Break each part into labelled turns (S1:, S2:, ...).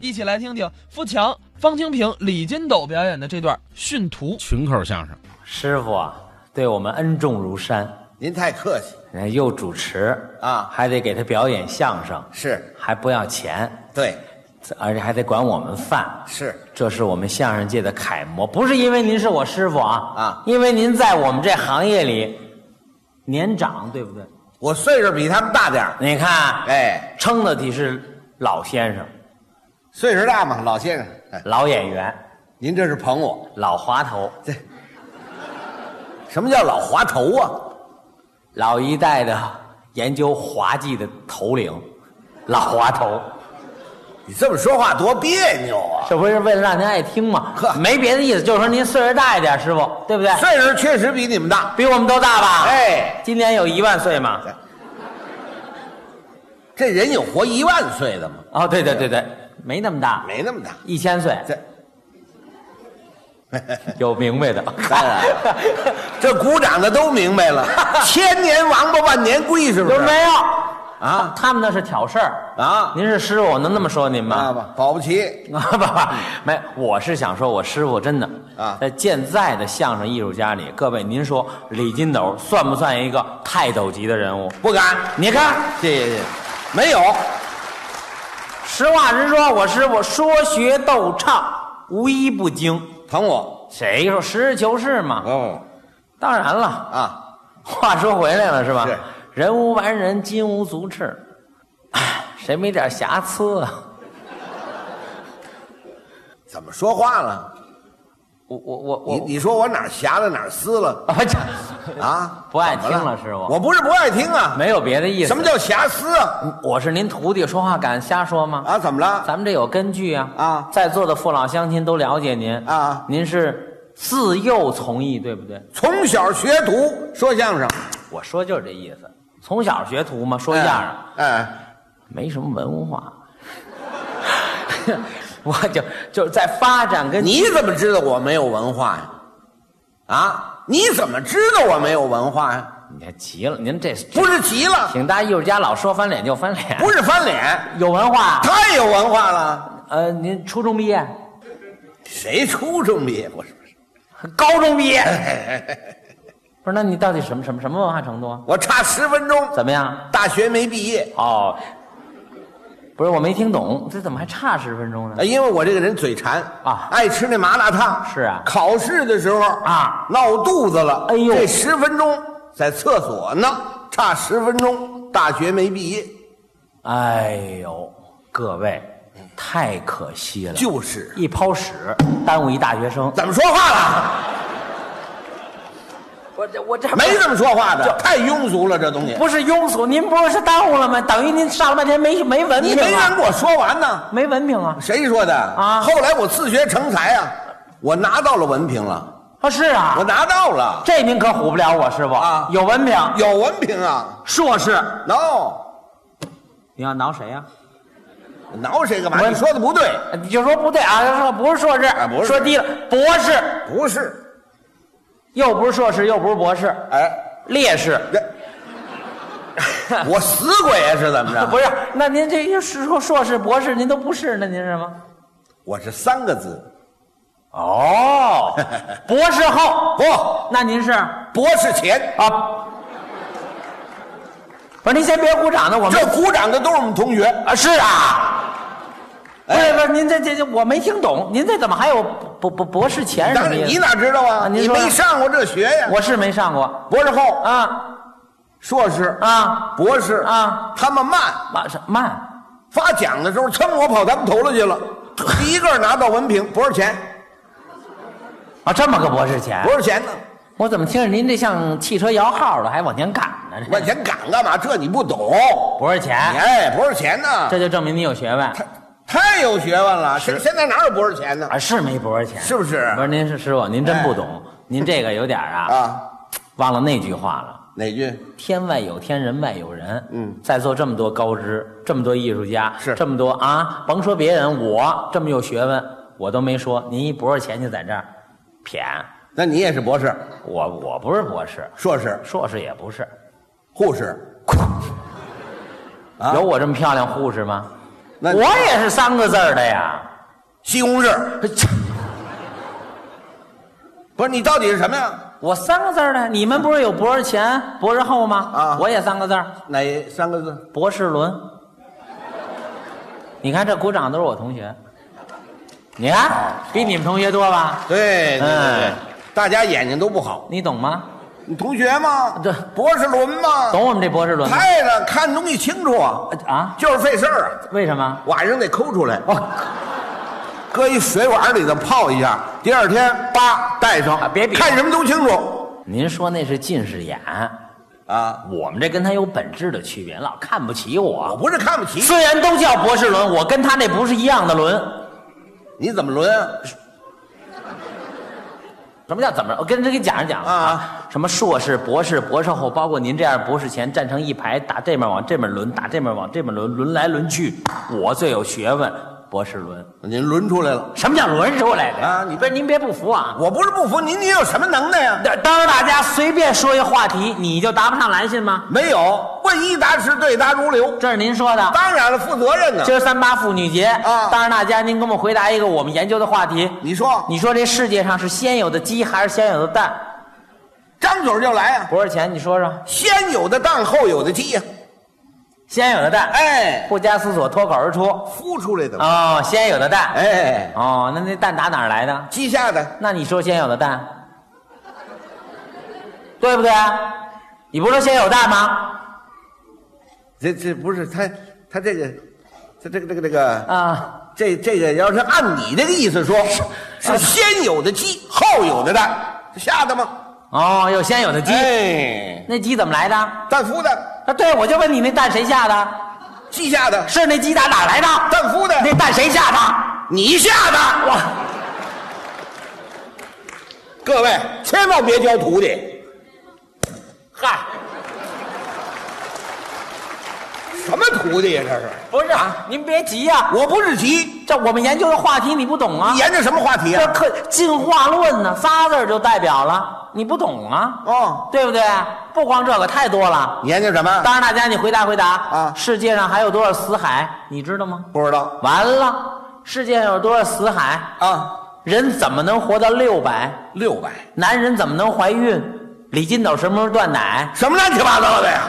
S1: 一起来听听付强、方清平、李金斗表演的这段《驯徒》。
S2: 群口相声，
S3: 师傅啊，对我们恩重如山，
S4: 您太客气，
S3: 人家又主持
S4: 啊
S3: 还得给他表演相声，
S4: 是
S3: 还不要钱，
S4: 对，
S3: 而且还得管我们饭，
S4: 是
S3: 这是我们相声界的楷模。不是因为您是我师傅啊
S4: 啊
S3: 因为您在我们这行业里年长，对不对？
S4: 我岁数比他们大点儿，
S3: 你看，
S4: 哎，
S3: 撑得起是老先生、
S4: 岁数大嘛，老先生，哎，
S3: 老演员、
S4: 您这是捧我？
S3: 老滑头、
S4: 什么叫老滑头啊？
S3: 老一代的研究滑稽的头领，老滑头。
S4: 你这么说话多别扭啊！
S3: 这不是为了让您爱听吗？
S4: 呵
S3: 没别的意思，就是说您岁数大一点，师傅，对不对？
S4: 岁数确实比你们大，
S3: 比我们都大吧？
S4: 哎，
S3: 今年有一万岁吗？
S4: 这人有活一万岁的吗？
S3: 哦，对对对对，没那么大，
S4: 没那么大，
S3: 一千岁，
S4: 这
S3: 有明白的。
S4: 当然了这鼓掌的都明白了， 千年王八万年龟是不
S3: 有
S4: 是？
S3: 没有？
S4: 啊
S3: 他们那是挑事儿
S4: 啊
S3: 您是师傅，我能那么说您
S4: 啊
S3: 吗？
S4: 吧，保不齐，
S3: 啊 不不，没，我是想说，我师傅真的
S4: 啊
S3: 在现在的相声艺术家里，各位您说李金斗算不算一个泰斗级的人物？
S4: 不敢，
S3: 你看，
S4: 谢谢谢谢，没有，
S3: 实话实说，我师傅说学逗唱无一不精。啊
S4: 捧我，
S3: 谁说实事求是嘛？
S4: 哦
S3: 当然了，
S4: 啊。
S3: 话说回来了是吧？
S4: 是
S3: 人无完人，金无足赤，唉谁没点瑕疵啊？
S4: 怎么说话了？
S3: 我我我
S4: 你
S3: 我
S4: 你说我哪儿瑕了哪儿撕了
S3: 啊这
S4: 啊？
S3: 不爱
S4: 怎么
S3: 听了师傅
S4: 我不是不爱听啊，
S3: 没有别的意思。
S4: 什么？叫瑕疵啊？
S3: 我是您徒弟，说话敢瞎说吗？
S4: 啊，怎么了？
S3: 咱们这有根据啊！
S4: 啊
S3: 在座的父老乡亲都了解您
S4: 啊
S3: 您是自幼从艺，对不对？
S4: 从小学徒说相声，
S3: 我说就是这意思，从小学徒嘛，说相啊声。
S4: 哎，哎，
S3: 没什么文化， 我就就是在发展跟
S4: 哎你怎么知道我没有文化呀？啊，你怎么知道我没有文化呀？
S3: 你还急了，您这不
S4: 不是急了，
S3: 请大艺术家老说翻脸就翻脸，
S4: 不是翻脸，
S3: 有文化。
S4: 太有文化了。
S3: 呃，您初中毕业，
S4: 谁初中毕业？我是
S3: 高中毕业， 不是？那你到底什么什么什么文化程度啊？
S4: 我差十分钟，
S3: 怎么样？
S4: 大学没毕业
S3: 哦，不是，我没听懂，这怎么还差十分钟呢
S4: 啊，？因为我这个人嘴馋
S3: 啊
S4: 爱吃那麻辣烫。
S3: 是啊
S4: 考试的时候
S3: 啊
S4: 闹肚子了。
S3: 哎呦
S4: 这十分钟在厕所呢，差十分钟，大学没毕业，
S3: 哎呦，各位，太可惜了，
S4: 就是
S3: 一泡屎，耽误一大学生。
S4: 怎么说话了？
S3: 我这我这
S4: 没这么说话的，太庸俗了，这东 西。
S3: 不是庸俗，您不是耽误了吗？等于您上了半天没没文
S4: 你
S3: 凭、
S4: 没让
S3: 啊，
S4: 我说完呢，
S3: 没文凭啊！
S4: 谁说的
S3: 啊
S4: 后来我自学成才啊，我拿到了文凭了，
S3: 啊，是啊，
S4: 我拿到了，
S3: 这您可唬不了我师傅
S4: 啊
S3: 有文凭，
S4: 有文凭啊。
S3: 硕士。
S4: no，
S3: 你要挠谁呀、
S4: 挠谁干嘛？
S3: 我
S4: 你说的不对，
S3: 你就说不对啊，说不是硕士，
S4: 啊不是
S3: 说低了，博士，
S4: 不是，
S3: 又不是硕士，又不是博士，
S4: 哎。
S3: 烈士。
S4: 这我死鬼呀，是怎么着？
S3: 不是，那您这一说硕士、博士，您都不是，那您是吗？
S4: 我是三个字，
S3: 哦， 博士后
S4: 不，
S3: 那您是
S4: 博士前。
S3: 啊？不是，您先别鼓掌呢，我们
S4: 这鼓掌的都是我们同学，
S3: 啊，是啊。不
S4: 哎
S3: 是不是，您这这这我没听懂，您这怎么还有博博博士前什
S4: 当
S3: 么
S4: 然
S3: 意思
S4: 你哪知道啊？
S3: 啊您
S4: 你
S3: 说
S4: 没上过这学呀？
S3: 我是没上过
S4: 博士后、
S3: 啊
S4: 硕士、
S3: 啊，
S4: 博士
S3: 啊，
S4: 他们慢
S3: 慢什慢，
S4: 发奖的时候蹭我跑他们头了去了，第一个拿到文
S3: 哎
S4: 凭，博士前，
S3: 啊，这么个博士前，
S4: 博士前呢？
S3: 我怎么听着您这像汽车摇号的，还往前赶呢？这
S4: 往前赶干嘛？这你不懂。
S3: 博士前，
S4: 哎，博士前呢？
S3: 这就证明你有学问
S4: 太太有学问了，现现在哪有博士前呢？
S3: 啊，是没博士前，
S4: 是不是哎
S3: 不是，您是师傅，您真不懂，您这个有点啊
S4: 啊，
S3: 忘了那句话了。
S4: 哪句？
S3: 天外有天，人外有人。
S4: 嗯，
S3: 在座这么多高知，这么多艺术家，
S4: 是
S3: 这么多啊！甭说别人，我这么有学问，我都没说。您一博士前就在这儿谝，
S4: 那你也是博士、
S3: 我我不是博士，
S4: 硕士、
S3: 硕士也不是。
S4: 护士？
S3: 有我这么漂亮护士吗？
S4: 啊那
S3: 我也是三个字儿的呀。
S4: 西红柿
S3: 这
S4: 不是你到底是什么呀？
S3: 我三个字儿的，你们不是有博士前、博士后吗？
S4: 啊
S3: 我也三个字儿，
S4: 哪三个字？
S3: 博士伦。你看这鼓掌都是我同学，你看比你们同学多吧？
S4: 对对对对
S3: 嗯
S4: 大家眼睛都不好。
S3: 你懂吗？
S4: 哎你同学吗？
S3: 对
S4: 博士伦吗？
S3: 懂我们这博士伦吗？
S4: 太了，看东西清楚啊，
S3: 啊？
S4: 就是费事儿啊。
S3: 为什么？
S4: 晚上得抠出来，
S3: 哦，
S4: 哦搁一水碗里头泡一下，第二天叭带上，
S3: 啊别比
S4: 看什么都清楚
S3: 您说那是近视眼，
S4: 啊！
S3: 我们这跟他有本质的区别，老看不起
S4: 我
S3: 我。
S4: 不是看不起
S3: 虽然都叫博士伦，我跟他那不是一样的伦。
S4: 你，怎么轮啊？
S3: 什么叫怎么着？我跟这给讲一讲
S4: 啊
S3: 什么硕士、博士、博士后，包括您这样博士前站成一排，打这面往这面轮，打这面往这面轮，轮来轮去。我最有学问，博士轮。
S4: 您轮出来了，
S3: 什么叫轮出来的
S4: 啊你
S3: 不是您别不服啊！
S4: 我不是不服您，您有什么能耐啊呀？
S3: 当当着大家随便说一话题，你就答不上来信吗？
S4: 没有，问一答十，对答如流，
S3: 这是您说的。
S4: 当然了，负责任呢。
S3: 今儿三八妇女节
S4: 啊
S3: 当着大家，您给我们回答一个我们研究的话题。
S4: 你说
S3: 你说这世界上是先有的鸡还是先有的蛋？
S4: 张嘴就来啊，
S3: 博士前，你说说，
S4: 先有的蛋，后有的鸡呀，
S3: 先有的蛋，
S4: 哎，
S3: 不加思索脱口而出。
S4: 孵出来的嘛，
S3: 哦，先有的蛋。
S4: 哎，
S3: 哦，那那蛋打哪儿来的？
S4: 鸡下的，
S3: 那你说先有的蛋，对不对？你不是说先有蛋吗？
S4: 这这不是他他这个，他这个这个这个。
S3: 啊，
S4: 这这个要是按你这个意思说，是先有的鸡，后有的蛋，是下的吗？
S3: 哦，有先有的鸡，
S4: 哎，
S3: 那鸡怎么来的？啊，
S4: 蛋孵的，
S3: 对，我就问你那蛋谁下的？
S4: 鸡下的，
S3: 是那鸡打哪儿来的？
S4: 蛋孵
S3: 那
S4: 的，
S3: 蛋谁下的？
S4: 你下的。
S3: 哇，
S4: 各位千万别教徒弟，
S3: 嗨，
S4: 什么徒弟呀？这是，
S3: 不是，啊您别急呀、
S4: 我不是急，
S3: 这我们研究的话题你不懂啊
S4: 你？研究什么话题
S3: 这
S4: 啊？
S3: 可进化论呢，仨字儿就代表了，你不懂啊？
S4: 哦，
S3: 对不对？不光这个太多了。
S4: 你研究什么？
S3: 当着大家，你回答回答
S4: 啊
S3: 世界上还有多少死海？你知道吗？
S4: 不知道
S3: 完了，世界上有多少死海？
S4: 啊？
S3: 人怎么能活到六百？
S4: 六百，
S3: 男人怎么能怀孕？李金斗什么时候断奶？
S4: 什么乱七八糟的呀？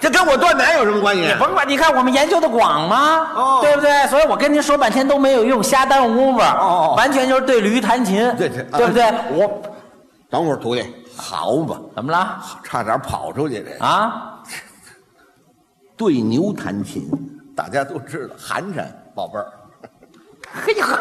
S4: 这跟我断奶有什么关系啊
S3: 你？甭管，你看我们研究的广吗？
S4: 哦
S3: 对不对？所以我跟您说半天都没有用，瞎耽误功夫。
S4: 哦哦
S3: 完全就是对驴弹琴，
S4: 对对啊
S3: 对不对？我
S4: 等会儿徒弟，好嘛，
S3: 怎么了？
S4: 差点跑出去这。
S3: 啊，
S4: 对牛弹琴，大家都知道，寒碜宝贝儿。
S3: 嘿呵，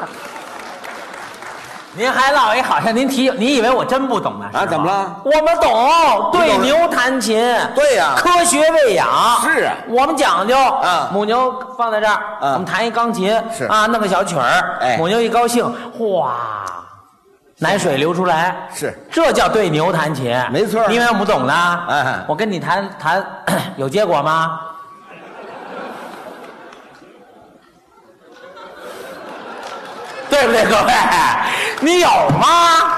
S3: 您还落一好像您提，您以为我真不懂呢？
S4: 啊
S3: 是吧
S4: 怎么了
S3: 我们懂，对
S4: 你
S3: 牛弹琴，
S4: 对呀
S3: 科学喂养
S4: 是啊
S3: 我们讲究
S4: 啊
S3: 母牛放在这儿，
S4: 嗯
S3: 我们弹一钢琴，
S4: 是
S3: 啊，弄个小曲儿，
S4: 哎
S3: 母牛一高兴，哗，奶水流出来，
S4: 是
S3: 这叫对牛弹琴，
S4: 没错
S3: 你以为我们懂呢？
S4: 哎
S3: 我跟你谈谈， 有结果吗？对不对，各位？你有吗？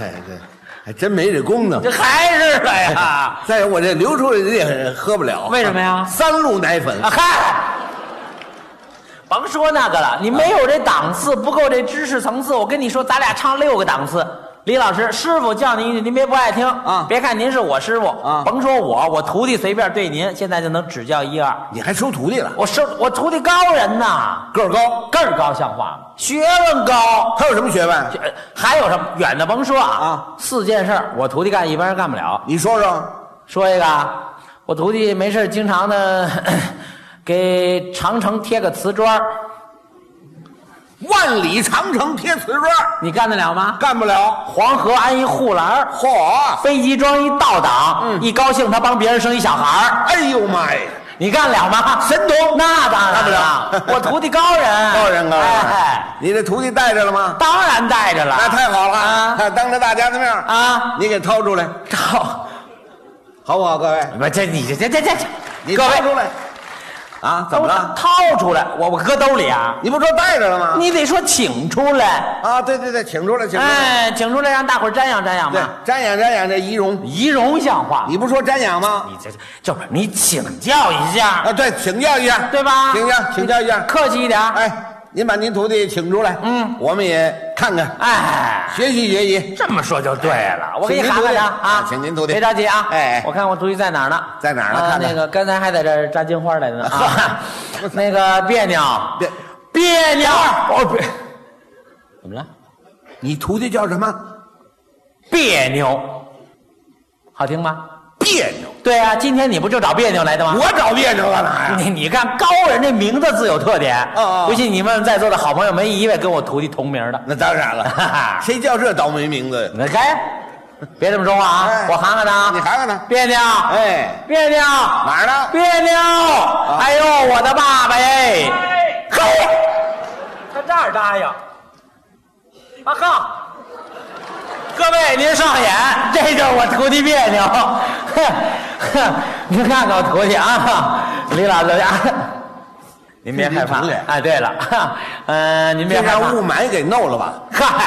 S4: 哎，这还真没这功能
S3: 这。还是啊的呀？
S4: 再有，我这流出来的也喝不了，
S3: 为什么呀
S4: 三鹿奶粉
S3: 啊，嗨，甭说那个了，你没有这档次，不够这知识层次。我跟你说，咱俩唱六个档次。李老师，师傅叫您一句，您别不爱听
S4: 啊
S3: 别看您是我师傅
S4: 啊
S3: 甭说我，我徒弟随便对您，现在就能指教一二。
S4: 你还收徒弟了？
S3: 我收我徒弟高人呐，
S4: 个儿高，
S3: 个儿高像话吗？学问高，
S4: 他有什么学问？
S3: 呃还有什么远的甭说啊
S4: 啊
S3: 四件事儿我徒弟干一般人干不了。
S4: 你说说，
S3: 说一个啊，我徒弟没事儿经常的 给长城贴个瓷砖儿
S4: 万里长城贴瓷砖，
S3: 你干得了吗？
S4: 干不了。啊
S3: 黄河安一护栏儿
S4: 嚯，
S3: 飞机装一倒档，
S4: 嗯
S3: 一高兴他帮别人生一小孩儿
S4: 哎呦妈呀！
S3: 你干得了吗？神童？那当然
S4: 干 不了
S3: 我徒弟高人，
S4: 高人高人
S3: 哎，，
S4: 你这徒弟带着了吗？
S3: 当然带着了。
S4: 那太好了
S3: 啊
S4: 啊！当着大家的面儿，
S3: 啊！
S4: 你给掏出来，
S3: 高，
S4: 好不好？各位，
S3: 不，这你这这这这，
S4: 你
S3: 各
S4: 掏
S3: 位
S4: 出来。啊？怎么
S3: 都
S4: 了？
S3: 掏出来，我我搁兜里啊。
S4: 你不说带着了吗？
S3: 你得说请出来，
S4: 啊，对对对，请出来，请出来。
S3: 哎，请出来让大伙儿瞻仰瞻仰
S4: 对
S3: 嘛，，
S4: 瞻仰瞻仰这仪容，
S3: 仪容像话。
S4: 你不说瞻仰吗？
S3: 你这就是你请教一下，
S4: 啊，对，请教一下，
S3: 对吧？
S4: 请教，请教一下。
S3: 客气一点。哎
S4: 哎，您把您徒弟请出来，
S3: 嗯，
S4: 我们也看看，
S3: 哎，
S4: 学习学习。
S3: 这么说就对了，我给你
S4: 请您
S3: 喊
S4: 徒
S3: 喊
S4: 弟
S3: 他啊，
S4: 请您徒弟
S3: 别着急啊。
S4: 哎哎
S3: 我看我徒弟在哪儿呢？
S4: 在哪儿
S3: 啊
S4: 呢看看
S3: 那个刚才还在这儿扎金花来着呢 啊，那个别扭，
S4: 别
S3: 别扭，哦别，怎么了？
S4: 你徒弟叫什么？
S3: 别扭，好听吗？
S4: 别扭，
S3: 对啊，今天你不就找别扭来的吗？
S4: 我找别扭干嘛呀？
S3: 你你看高人这名字自有特点，
S4: 哦哦
S3: 尤其你们在座的好朋友没一位跟我徒弟同名的，
S4: 那当然
S3: 哈
S4: 了
S3: 哈，
S4: 谁叫这倒霉名字呀？
S3: 那该，别这么说话啊！
S4: 哎
S3: 我喊喊他啊，
S4: 你喊喊他
S3: 别扭，
S4: 哎，
S3: 别扭，
S4: 哪儿呢？
S3: 别扭！哎呦，我的爸爸耶！嘿，哎他这儿答应。啊哈！各位您上眼，这就是我徒弟别扭。哼哼，您看看我徒弟啊，李老师啊，您别害怕
S4: 徒弟徒弟。
S3: 哎，对了，哈呃，您别
S4: 这
S3: 害怕
S4: 让。雾霾给弄了吧？
S3: 嗨，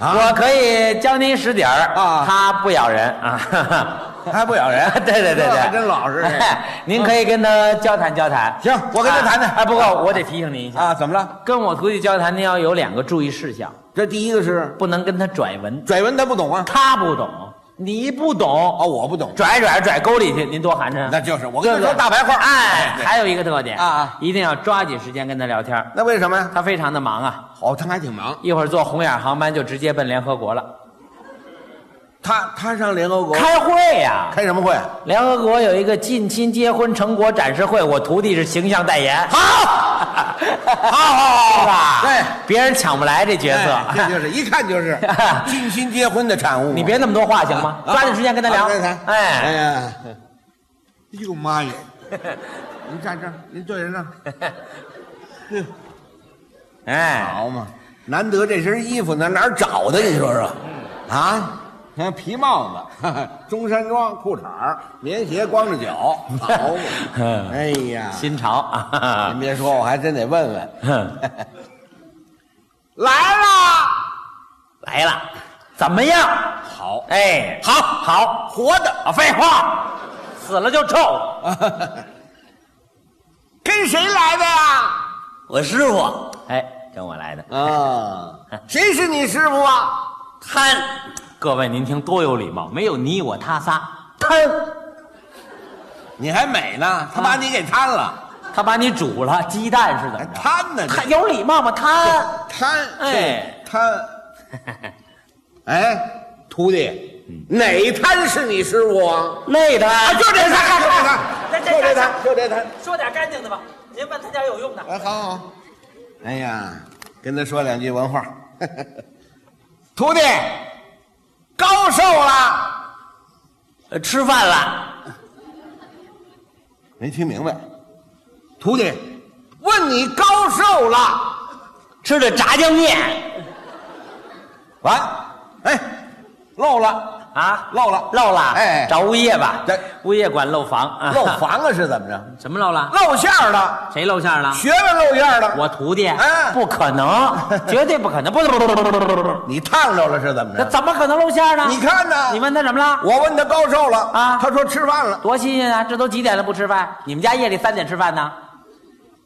S4: 啊
S3: 我可以教您使点儿
S4: 啊
S3: 它不咬人啊。哈哈？
S4: 还不咬 人
S3: 对对对
S4: 这
S3: 对，
S4: 还真 老实这个
S3: 哎 您可以跟他交谈交谈。
S4: 行我跟他谈谈
S3: 哎，不过我得提醒您一下，
S4: 啊，怎么了？
S3: 跟我徒弟交谈，您要有两个注意事项，
S4: 这第一个是
S3: 不能跟他拽文，
S4: 拽文，他不懂啊。
S3: 他不懂，你不
S4: 哦，
S3: 懂，
S4: 我不懂，
S3: 拽拽拽沟里去，您多寒碜。
S4: 那就是我跟
S3: 对
S4: 你
S3: 不
S4: 说
S3: 对
S4: 大白话。
S3: 哎，
S4: 对
S3: 还有一个特点
S4: 啊啊，
S3: 一定要抓紧时间跟他聊天儿，
S4: 那为什么呀？
S3: 他非常的忙啊，
S4: 哦，他还挺忙，
S3: 一会儿坐红眼航班就直接奔联合国了，
S4: 他他上联合国
S3: 开会呀。
S4: 开什么会？啊
S3: 联合国有一个近亲结婚成果展示会，我徒弟是形象代言。好，好，好，吧？
S4: 哦对，
S3: 别人抢不来这角色。
S4: 哎这就是一看就是 近亲结婚的产物。
S3: 你别那么多话行吗？
S4: 啊
S3: 抓紧时间跟他聊
S4: 啊跟他谈。哎
S3: 哎，
S4: 呀，哎呦妈 呀！您站这儿，您对着那儿，
S3: 哎，
S4: 好嘛！难得这身衣服，哪哪儿找的？你说说，啊？看皮帽子、 中山装、裤衩儿、棉鞋，光着脚，好嘛！哎呀，
S3: 新潮
S4: 您
S3: 啊！
S4: 别说，我还真得问问。
S3: 哼
S4: 来啦，
S3: 来了，怎么样？
S4: 好，
S3: 哎，
S4: 好，好，活的
S3: 啊，废话，死了就臭。
S4: 跟谁来的呀？
S3: 我师傅，哎，跟我来的。
S4: 啊，谁是你师傅啊？
S3: 贪，各位您听多有礼貌，没有你我他仨贪。
S4: 你还美呢，他把你给贪了，
S3: 他把你煮了，鸡蛋是怎
S4: 还
S3: 么着？
S4: 贪呢？
S3: 他有礼貌吗？他
S4: 贪，
S3: 哎
S4: 对 贪，哎，徒弟，哪贪是你师傅啊？
S3: 累的，
S4: 嗯啊，就这贪，
S2: 这
S4: 就这
S2: 这
S4: 贪，就这贪，
S2: 说点干净的吧，您问他点有用的。
S4: 哎，好好，哎呀，跟他说两句文化， 徒弟，高寿了？
S3: 呃吃饭了，
S4: 没听明白，徒弟，问你高寿了？
S3: 吃的炸酱面
S4: 啊，哎，漏了，
S3: 啊，
S4: 漏了，
S3: 漏了，
S4: 哎
S3: 找物业吧
S4: 这，
S3: 物业管漏房啊，
S4: 漏房了是怎么着？
S3: 什么漏了？
S4: 露馅儿了，
S3: 谁露馅儿了？
S4: 学问露馅儿了。
S3: 我徒弟
S4: 哎，
S3: 不可 能，绝对不可能，不不不不不不不不不，
S4: 你烫着了是怎么
S3: 那
S4: 着？
S3: 怎么可能露馅儿呢？
S4: 你，看呢？
S3: 你问他什么了？
S4: 我问他高寿了
S3: 啊
S4: 他说吃饭了，
S3: 多新鲜啊！这都几点了不吃饭？你们家夜里三点吃饭呢？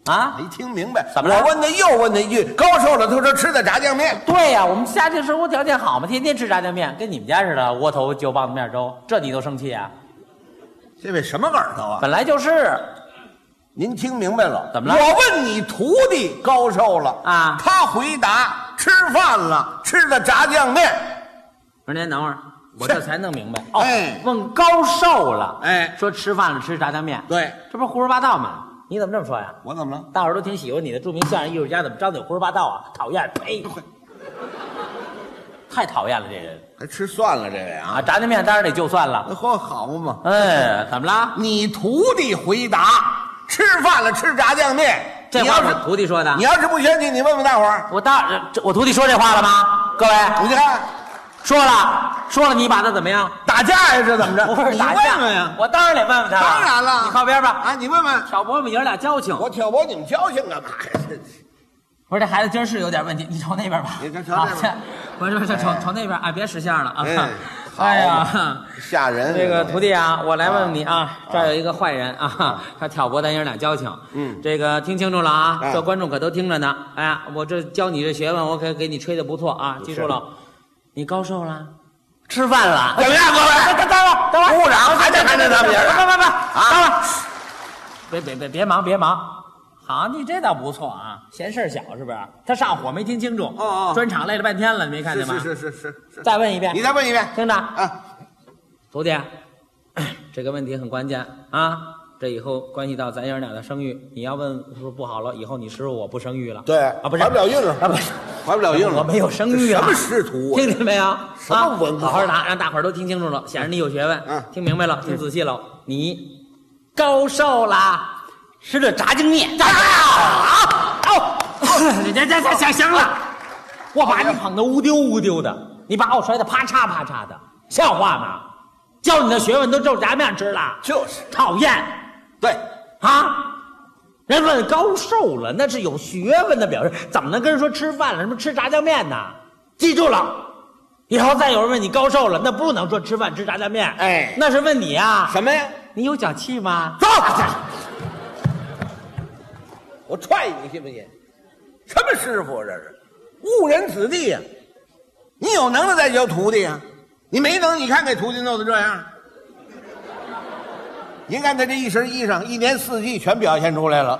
S3: 啊？
S4: 没听明白。
S3: 怎么了
S4: 我问他又问他一句高寿了，他说吃的炸酱面。
S3: 对呀、我们家庭生活条件好嘛，天天吃炸酱面，跟你们家似的，窝头就棒子面粥，这你都生气啊？
S4: 这位什么耳朵啊？
S3: 本来就是，
S4: 您听明白了？
S3: 怎么了
S4: 我问你徒弟高寿了
S3: 啊
S4: 他回答吃饭了，吃的炸酱面。
S3: 不是您等会儿，我这才弄明白哦，
S4: 哎
S3: 问高寿了，
S4: 哎
S3: 说吃饭了吃炸酱面，
S4: 对，
S3: 这不是胡说八道吗？你怎么这么说呀？
S4: 我怎么了？
S3: 大伙儿都挺喜欢你的著名相声艺术家，怎么张嘴胡说八道啊？讨厌， 呸！太讨厌了这人
S4: 还吃蒜了这位啊？
S3: 啊！炸酱面当然得就算了，
S4: 嚯，好嘛！
S3: 哎，怎么啦？
S4: 你徒弟回答：吃饭了，吃炸酱面。
S3: 这
S4: 你
S3: 话
S4: 要
S3: 我
S4: 是
S3: 徒弟说的
S4: 你，要是不相信，你问问大伙儿。
S3: 我大这我徒弟说这话了吗？各位，
S4: 你看，
S3: 说了说了，你把他怎么样？
S4: 打架呀？这怎么着？
S3: 不是
S4: 你
S3: 打架
S4: 问问呀！
S3: 我当然得问问他。
S4: 当然了
S3: 你靠边吧。
S4: 啊，你问问
S3: 挑拨我们爷儿俩交情。
S4: 我挑拨你们交情干嘛呀？
S3: 不是，这孩子真是有点问题，你瞅那边吧。啊
S4: 你瞅瞅那
S3: 好
S4: 边
S3: 这不是不是，瞅瞅那边，哎，别识相了啊
S4: 哎！
S3: 哎
S4: 好
S3: 呀
S4: 嘛，吓人！
S3: 这个徒弟啊，我来问问你啊
S4: 啊，
S3: 这儿有一个坏人啊， 他挑拨咱爷俩交情。
S4: 嗯
S3: 这个听清楚了啊，
S4: 哎
S3: 这观众可都听着呢。哎，我这教你这学问，我可给你吹的不错啊，记住了。你高寿了？吃饭了？
S4: 怎么样，各位？ 等等会等会鼓掌，还得还得咱们
S3: 别
S4: 爷
S3: 别
S4: 儿
S3: 别别
S4: 啊
S3: 啊！别别别别忙别忙，好，你这倒不错啊，嫌事儿小是不是？他上火没听清楚，
S4: 哦哦
S3: 专场累了半天了，你没看见吗？
S4: 是是是是是，
S3: 再问一遍
S4: 你，再问一遍
S3: 听着，
S4: 啊！
S3: 徒弟， 这个问题很关键啊，这以后关系到咱爷儿俩的声誉，你要问说不好了，以后你师傅我不生育了，
S4: 对
S3: 啊，不是
S4: 怀不了孕了
S3: 啊，不是。
S4: 怀不了孕了，
S3: 我没有生育了
S4: 什么师徒啊
S3: 听？见没有？
S4: 什么文化
S3: 啊好好答，让大伙儿都听清楚了，显然你有学问。
S4: 嗯
S3: 听明白了，听仔细了，你高寿啦？吃的炸酱面。炸好，行行行行行了，我把你捧得乌丢乌丢的，你把我摔得啪嚓啪嚓的，像话吗？教你的学问都皱炸面吃了，
S4: 就是
S3: 讨厌
S4: 对，
S3: 啊！人问高寿了，那是有学问的表示，怎么能跟人说吃饭了？什么吃炸酱面呢？记住了，以后再有人问你高寿了，那不能说吃饭吃炸酱面，
S4: 哎
S3: 那是问你啊，
S4: 什么呀？
S3: 你有脚气吗？
S4: 走，我踹你信不信？什么师傅这是？误人子弟呀、你有能耐再教徒弟呀、你没能，你看给徒弟弄得这样。您看他这一身衣裳，一年四季全表现出来了。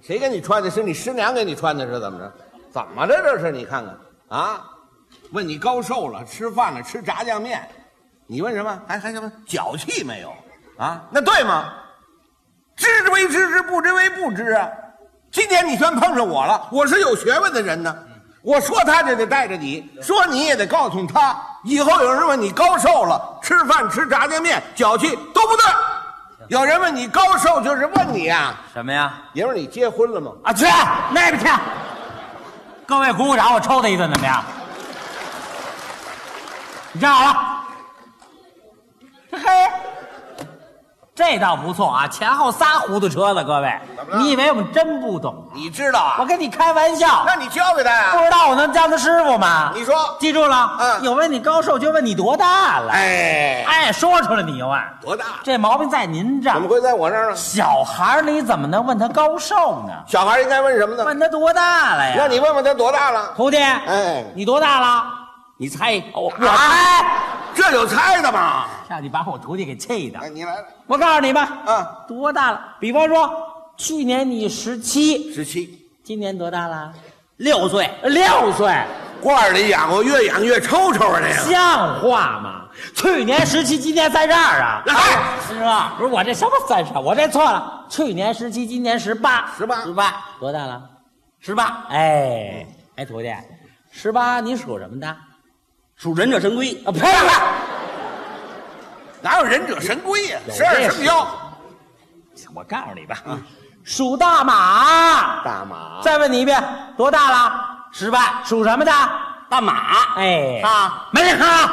S4: 谁给你穿的？是你师娘给你穿的，是怎么着？怎么着这是？你看看啊！问你高寿了，吃饭了，吃炸酱面，你问什么？还还什么脚气没有？啊，那对吗？知之为知之，不知为不知啊。今天你算碰上我了，我是有学问的人呢。我说他就得带着你，说你也得告诉他。以后有人问你高寿了，吃饭吃炸酱面，脚气都不对。有人问你高寿，就是问你啊，
S3: 什么呀？
S4: 爷们儿，你结婚了吗？
S3: 啊，去那边去！各位鼓鼓掌，我抽他一顿怎么样？你站好了。嘿，这倒不错啊，前后仨糊涂车子，各位，
S4: 么了
S3: 你以为我们真不懂？
S4: 你知道啊
S3: 我？跟你开玩笑，
S4: 那你教给他
S3: 不
S4: 呀、
S3: 知道我能当他师傅吗？
S4: 你说
S3: 记住了，
S4: 嗯
S3: 有问你高寿就问你多大了，
S4: 哎，
S3: 哎，说出来你就问，
S4: 多大？
S3: 这毛病在您这儿
S4: 怎么会在我这儿呢？
S3: 小孩儿你怎么能问他高寿呢？
S4: 小孩应该问什么呢？
S3: 问他多大了呀？
S4: 那你问问他多大了？
S3: 徒弟，
S4: 哎
S3: 你多大了？你猜，我我
S4: 哎， 这有猜的吗？
S3: 让你把我徒弟给气的
S4: 哎，。你来了，
S3: 我告诉你吧，
S4: 嗯，
S3: 多大了？比方说，去年你十七，
S4: 十七。
S3: 今年多大了？六岁，六岁，
S4: 罐儿里养活，越养越抽抽的呀。
S3: 像话吗？去年十七，今年三十二啊！
S4: 哎
S3: 师傅，不是啊我这什么三十二，我这错了。去年十七，今年十八，
S4: 18
S3: 十八，多大了？十八，哎，哎，徒弟，十八，你属什么的？
S5: 属忍者神龟，
S3: 啊，呸！
S4: 哪有忍者神龟呀？
S3: 有
S4: 十二
S3: 这
S4: 生肖，
S5: 我告诉你吧，
S3: 属大马。
S4: 大马
S3: 再问你一遍，多大了？十八。属什么的？
S5: 大马，
S3: 哎，
S5: 啊，
S3: 没人哈。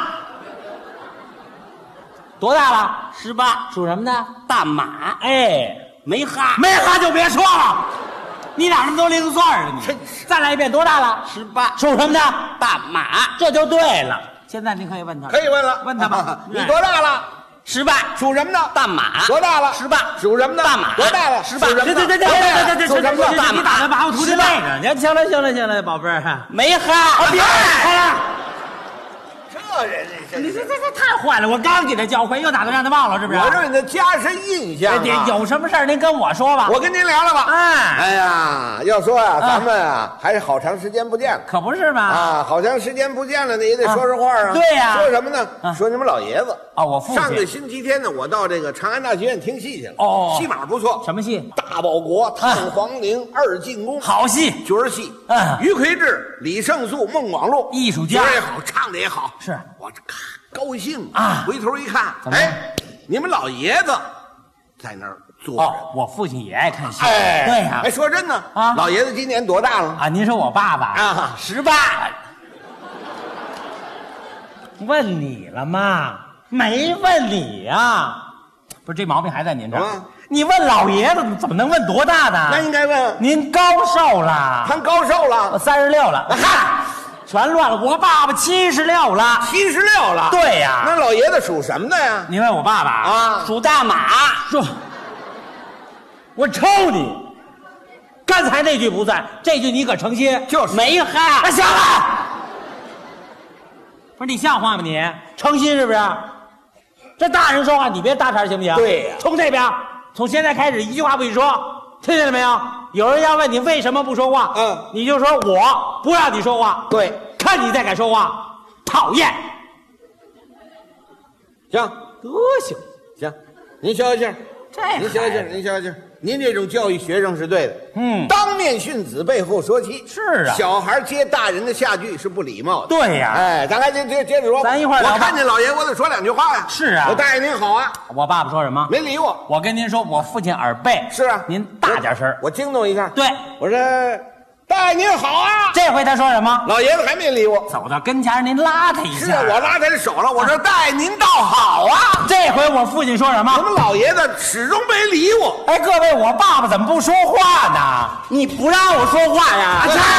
S3: 多大了？
S5: 十八，
S3: 属什么的？
S5: 大马
S3: 哎，
S5: 没哈，
S3: 没哈就别说了， 你哪那么多零碎儿啊你？再来一遍，多大了？
S5: 十八，
S3: 属什么的？
S5: 大马
S3: 这就对了。现在您可以问他了，
S4: 可以问了，
S3: 问他吧
S4: 你多大了？
S5: 十八，
S4: 属什么的？
S5: 大马
S4: 多大了？
S5: 十八，
S4: 属什么的？
S5: 大马
S4: 多大了？
S5: 十八
S4: 属什
S3: 对
S4: 么
S3: 对
S4: 的
S3: 对对对
S4: 多大
S3: 对
S4: 了
S3: 对对
S4: 属什么的？
S3: 对，你打算把我徒弟
S5: 十八
S3: 累着？你行了行了行了，宝贝儿，啊
S5: 没哈，
S4: 别
S3: 哎
S4: 这人这
S3: 你这
S4: 这
S3: 这这太坏了！我刚给他教会，又打算让他忘了，是不是？
S4: 我认为他加深印象
S3: 哎
S4: 啊
S3: 您。有什么事儿您跟我说吧。
S4: 我跟您聊聊吧。
S3: 哎
S4: 哎呀，要说啊，咱们啊，还是好长时间不见了。
S3: 可不是嘛。啊，
S4: 啊，好长时间不见了呢，也得说说话啊。
S3: 啊对呀
S4: 说什么呢？
S3: 啊
S4: 说你们老爷子
S3: 啊我父亲
S4: 上个星期天呢，我到这个长安大剧院听戏去了。
S3: 哦
S4: 戏码不错，
S3: 什么戏？
S4: 大报国、探黄陵、二进宫，
S3: 好戏，
S4: 角儿戏。
S3: 嗯
S4: 于魁智、李胜素、孟广禄，
S3: 艺术家
S4: 角儿也好，唱的也好。
S3: 是
S4: 我这咔高兴
S3: 啊
S4: 回头一看，
S3: 怎么样
S4: 哎，你们老爷子在那儿坐着。
S3: 哦，我父亲也爱看戏。
S4: 哎，
S3: 对呀
S4: 哎，。说真的
S3: 啊
S4: 老爷子今年多大了？
S3: 啊，您说我爸爸
S4: 啊
S3: 十八，问你了吗？没问你呀、不是这毛病还在您这儿
S4: 什么？
S3: 你问老爷子怎么能问多大呢？
S4: 那应该问
S3: 您高寿了？
S4: 谈高寿
S3: 嗯我
S4: 了，
S3: 三十六了。嗨，全乱了。我爸爸七十六了。
S4: 七十六了。
S3: 对呀
S4: 那老爷子属什么的呀？
S3: 你问我爸爸
S4: 啊
S3: 属大马。说，我抽你！刚才那句不算，这句你可成心。
S4: 就是
S5: 没
S3: 那、
S5: 哈，
S3: 行了，不是你像话吗你？成心是不是？啊这大人说话你别搭茬行不行？
S4: 对呀
S3: 从这边，从现在开始一句话不许说，听见了没有？有人要问你为什么不说话，
S4: 嗯
S3: 你就说我不让你说话，
S4: 对，
S3: 看你再敢说话，讨厌，
S4: 行
S3: 德行。
S4: 行，您消消气儿，
S5: 这
S4: 您消消气儿，您消消气儿。您这种教育学生是对的，
S3: 嗯
S4: 当面训子，背后说妻。
S3: 是啊
S4: 小孩接大人的下句是不礼貌的。
S3: 对呀
S4: 哎，咱还接接接着说，
S3: 咱一会儿聊吧
S4: 我看见老爷，我得说两句话呀。
S3: 是啊
S4: 我大爷您好啊，
S3: 我爸爸说什么？
S4: 没理我。
S3: 我跟您说，我父亲耳背。
S4: 是啊，
S3: 您大点声儿。
S4: 我惊动一下。
S3: 对，
S4: 我说大爷您好啊，
S3: 这回他说什么？
S4: 老爷子还没理我。
S3: 走到跟前儿，您拉他一下。
S4: 是啊，我拉他的手了，我说大爷您倒好啊。
S3: 这回我父亲说什
S4: 我
S3: 么？
S4: 们老爷子始终没理我。
S3: 哎，各位，我爸爸怎么不说话呢？
S5: 你不让我说话呀？
S4: 啊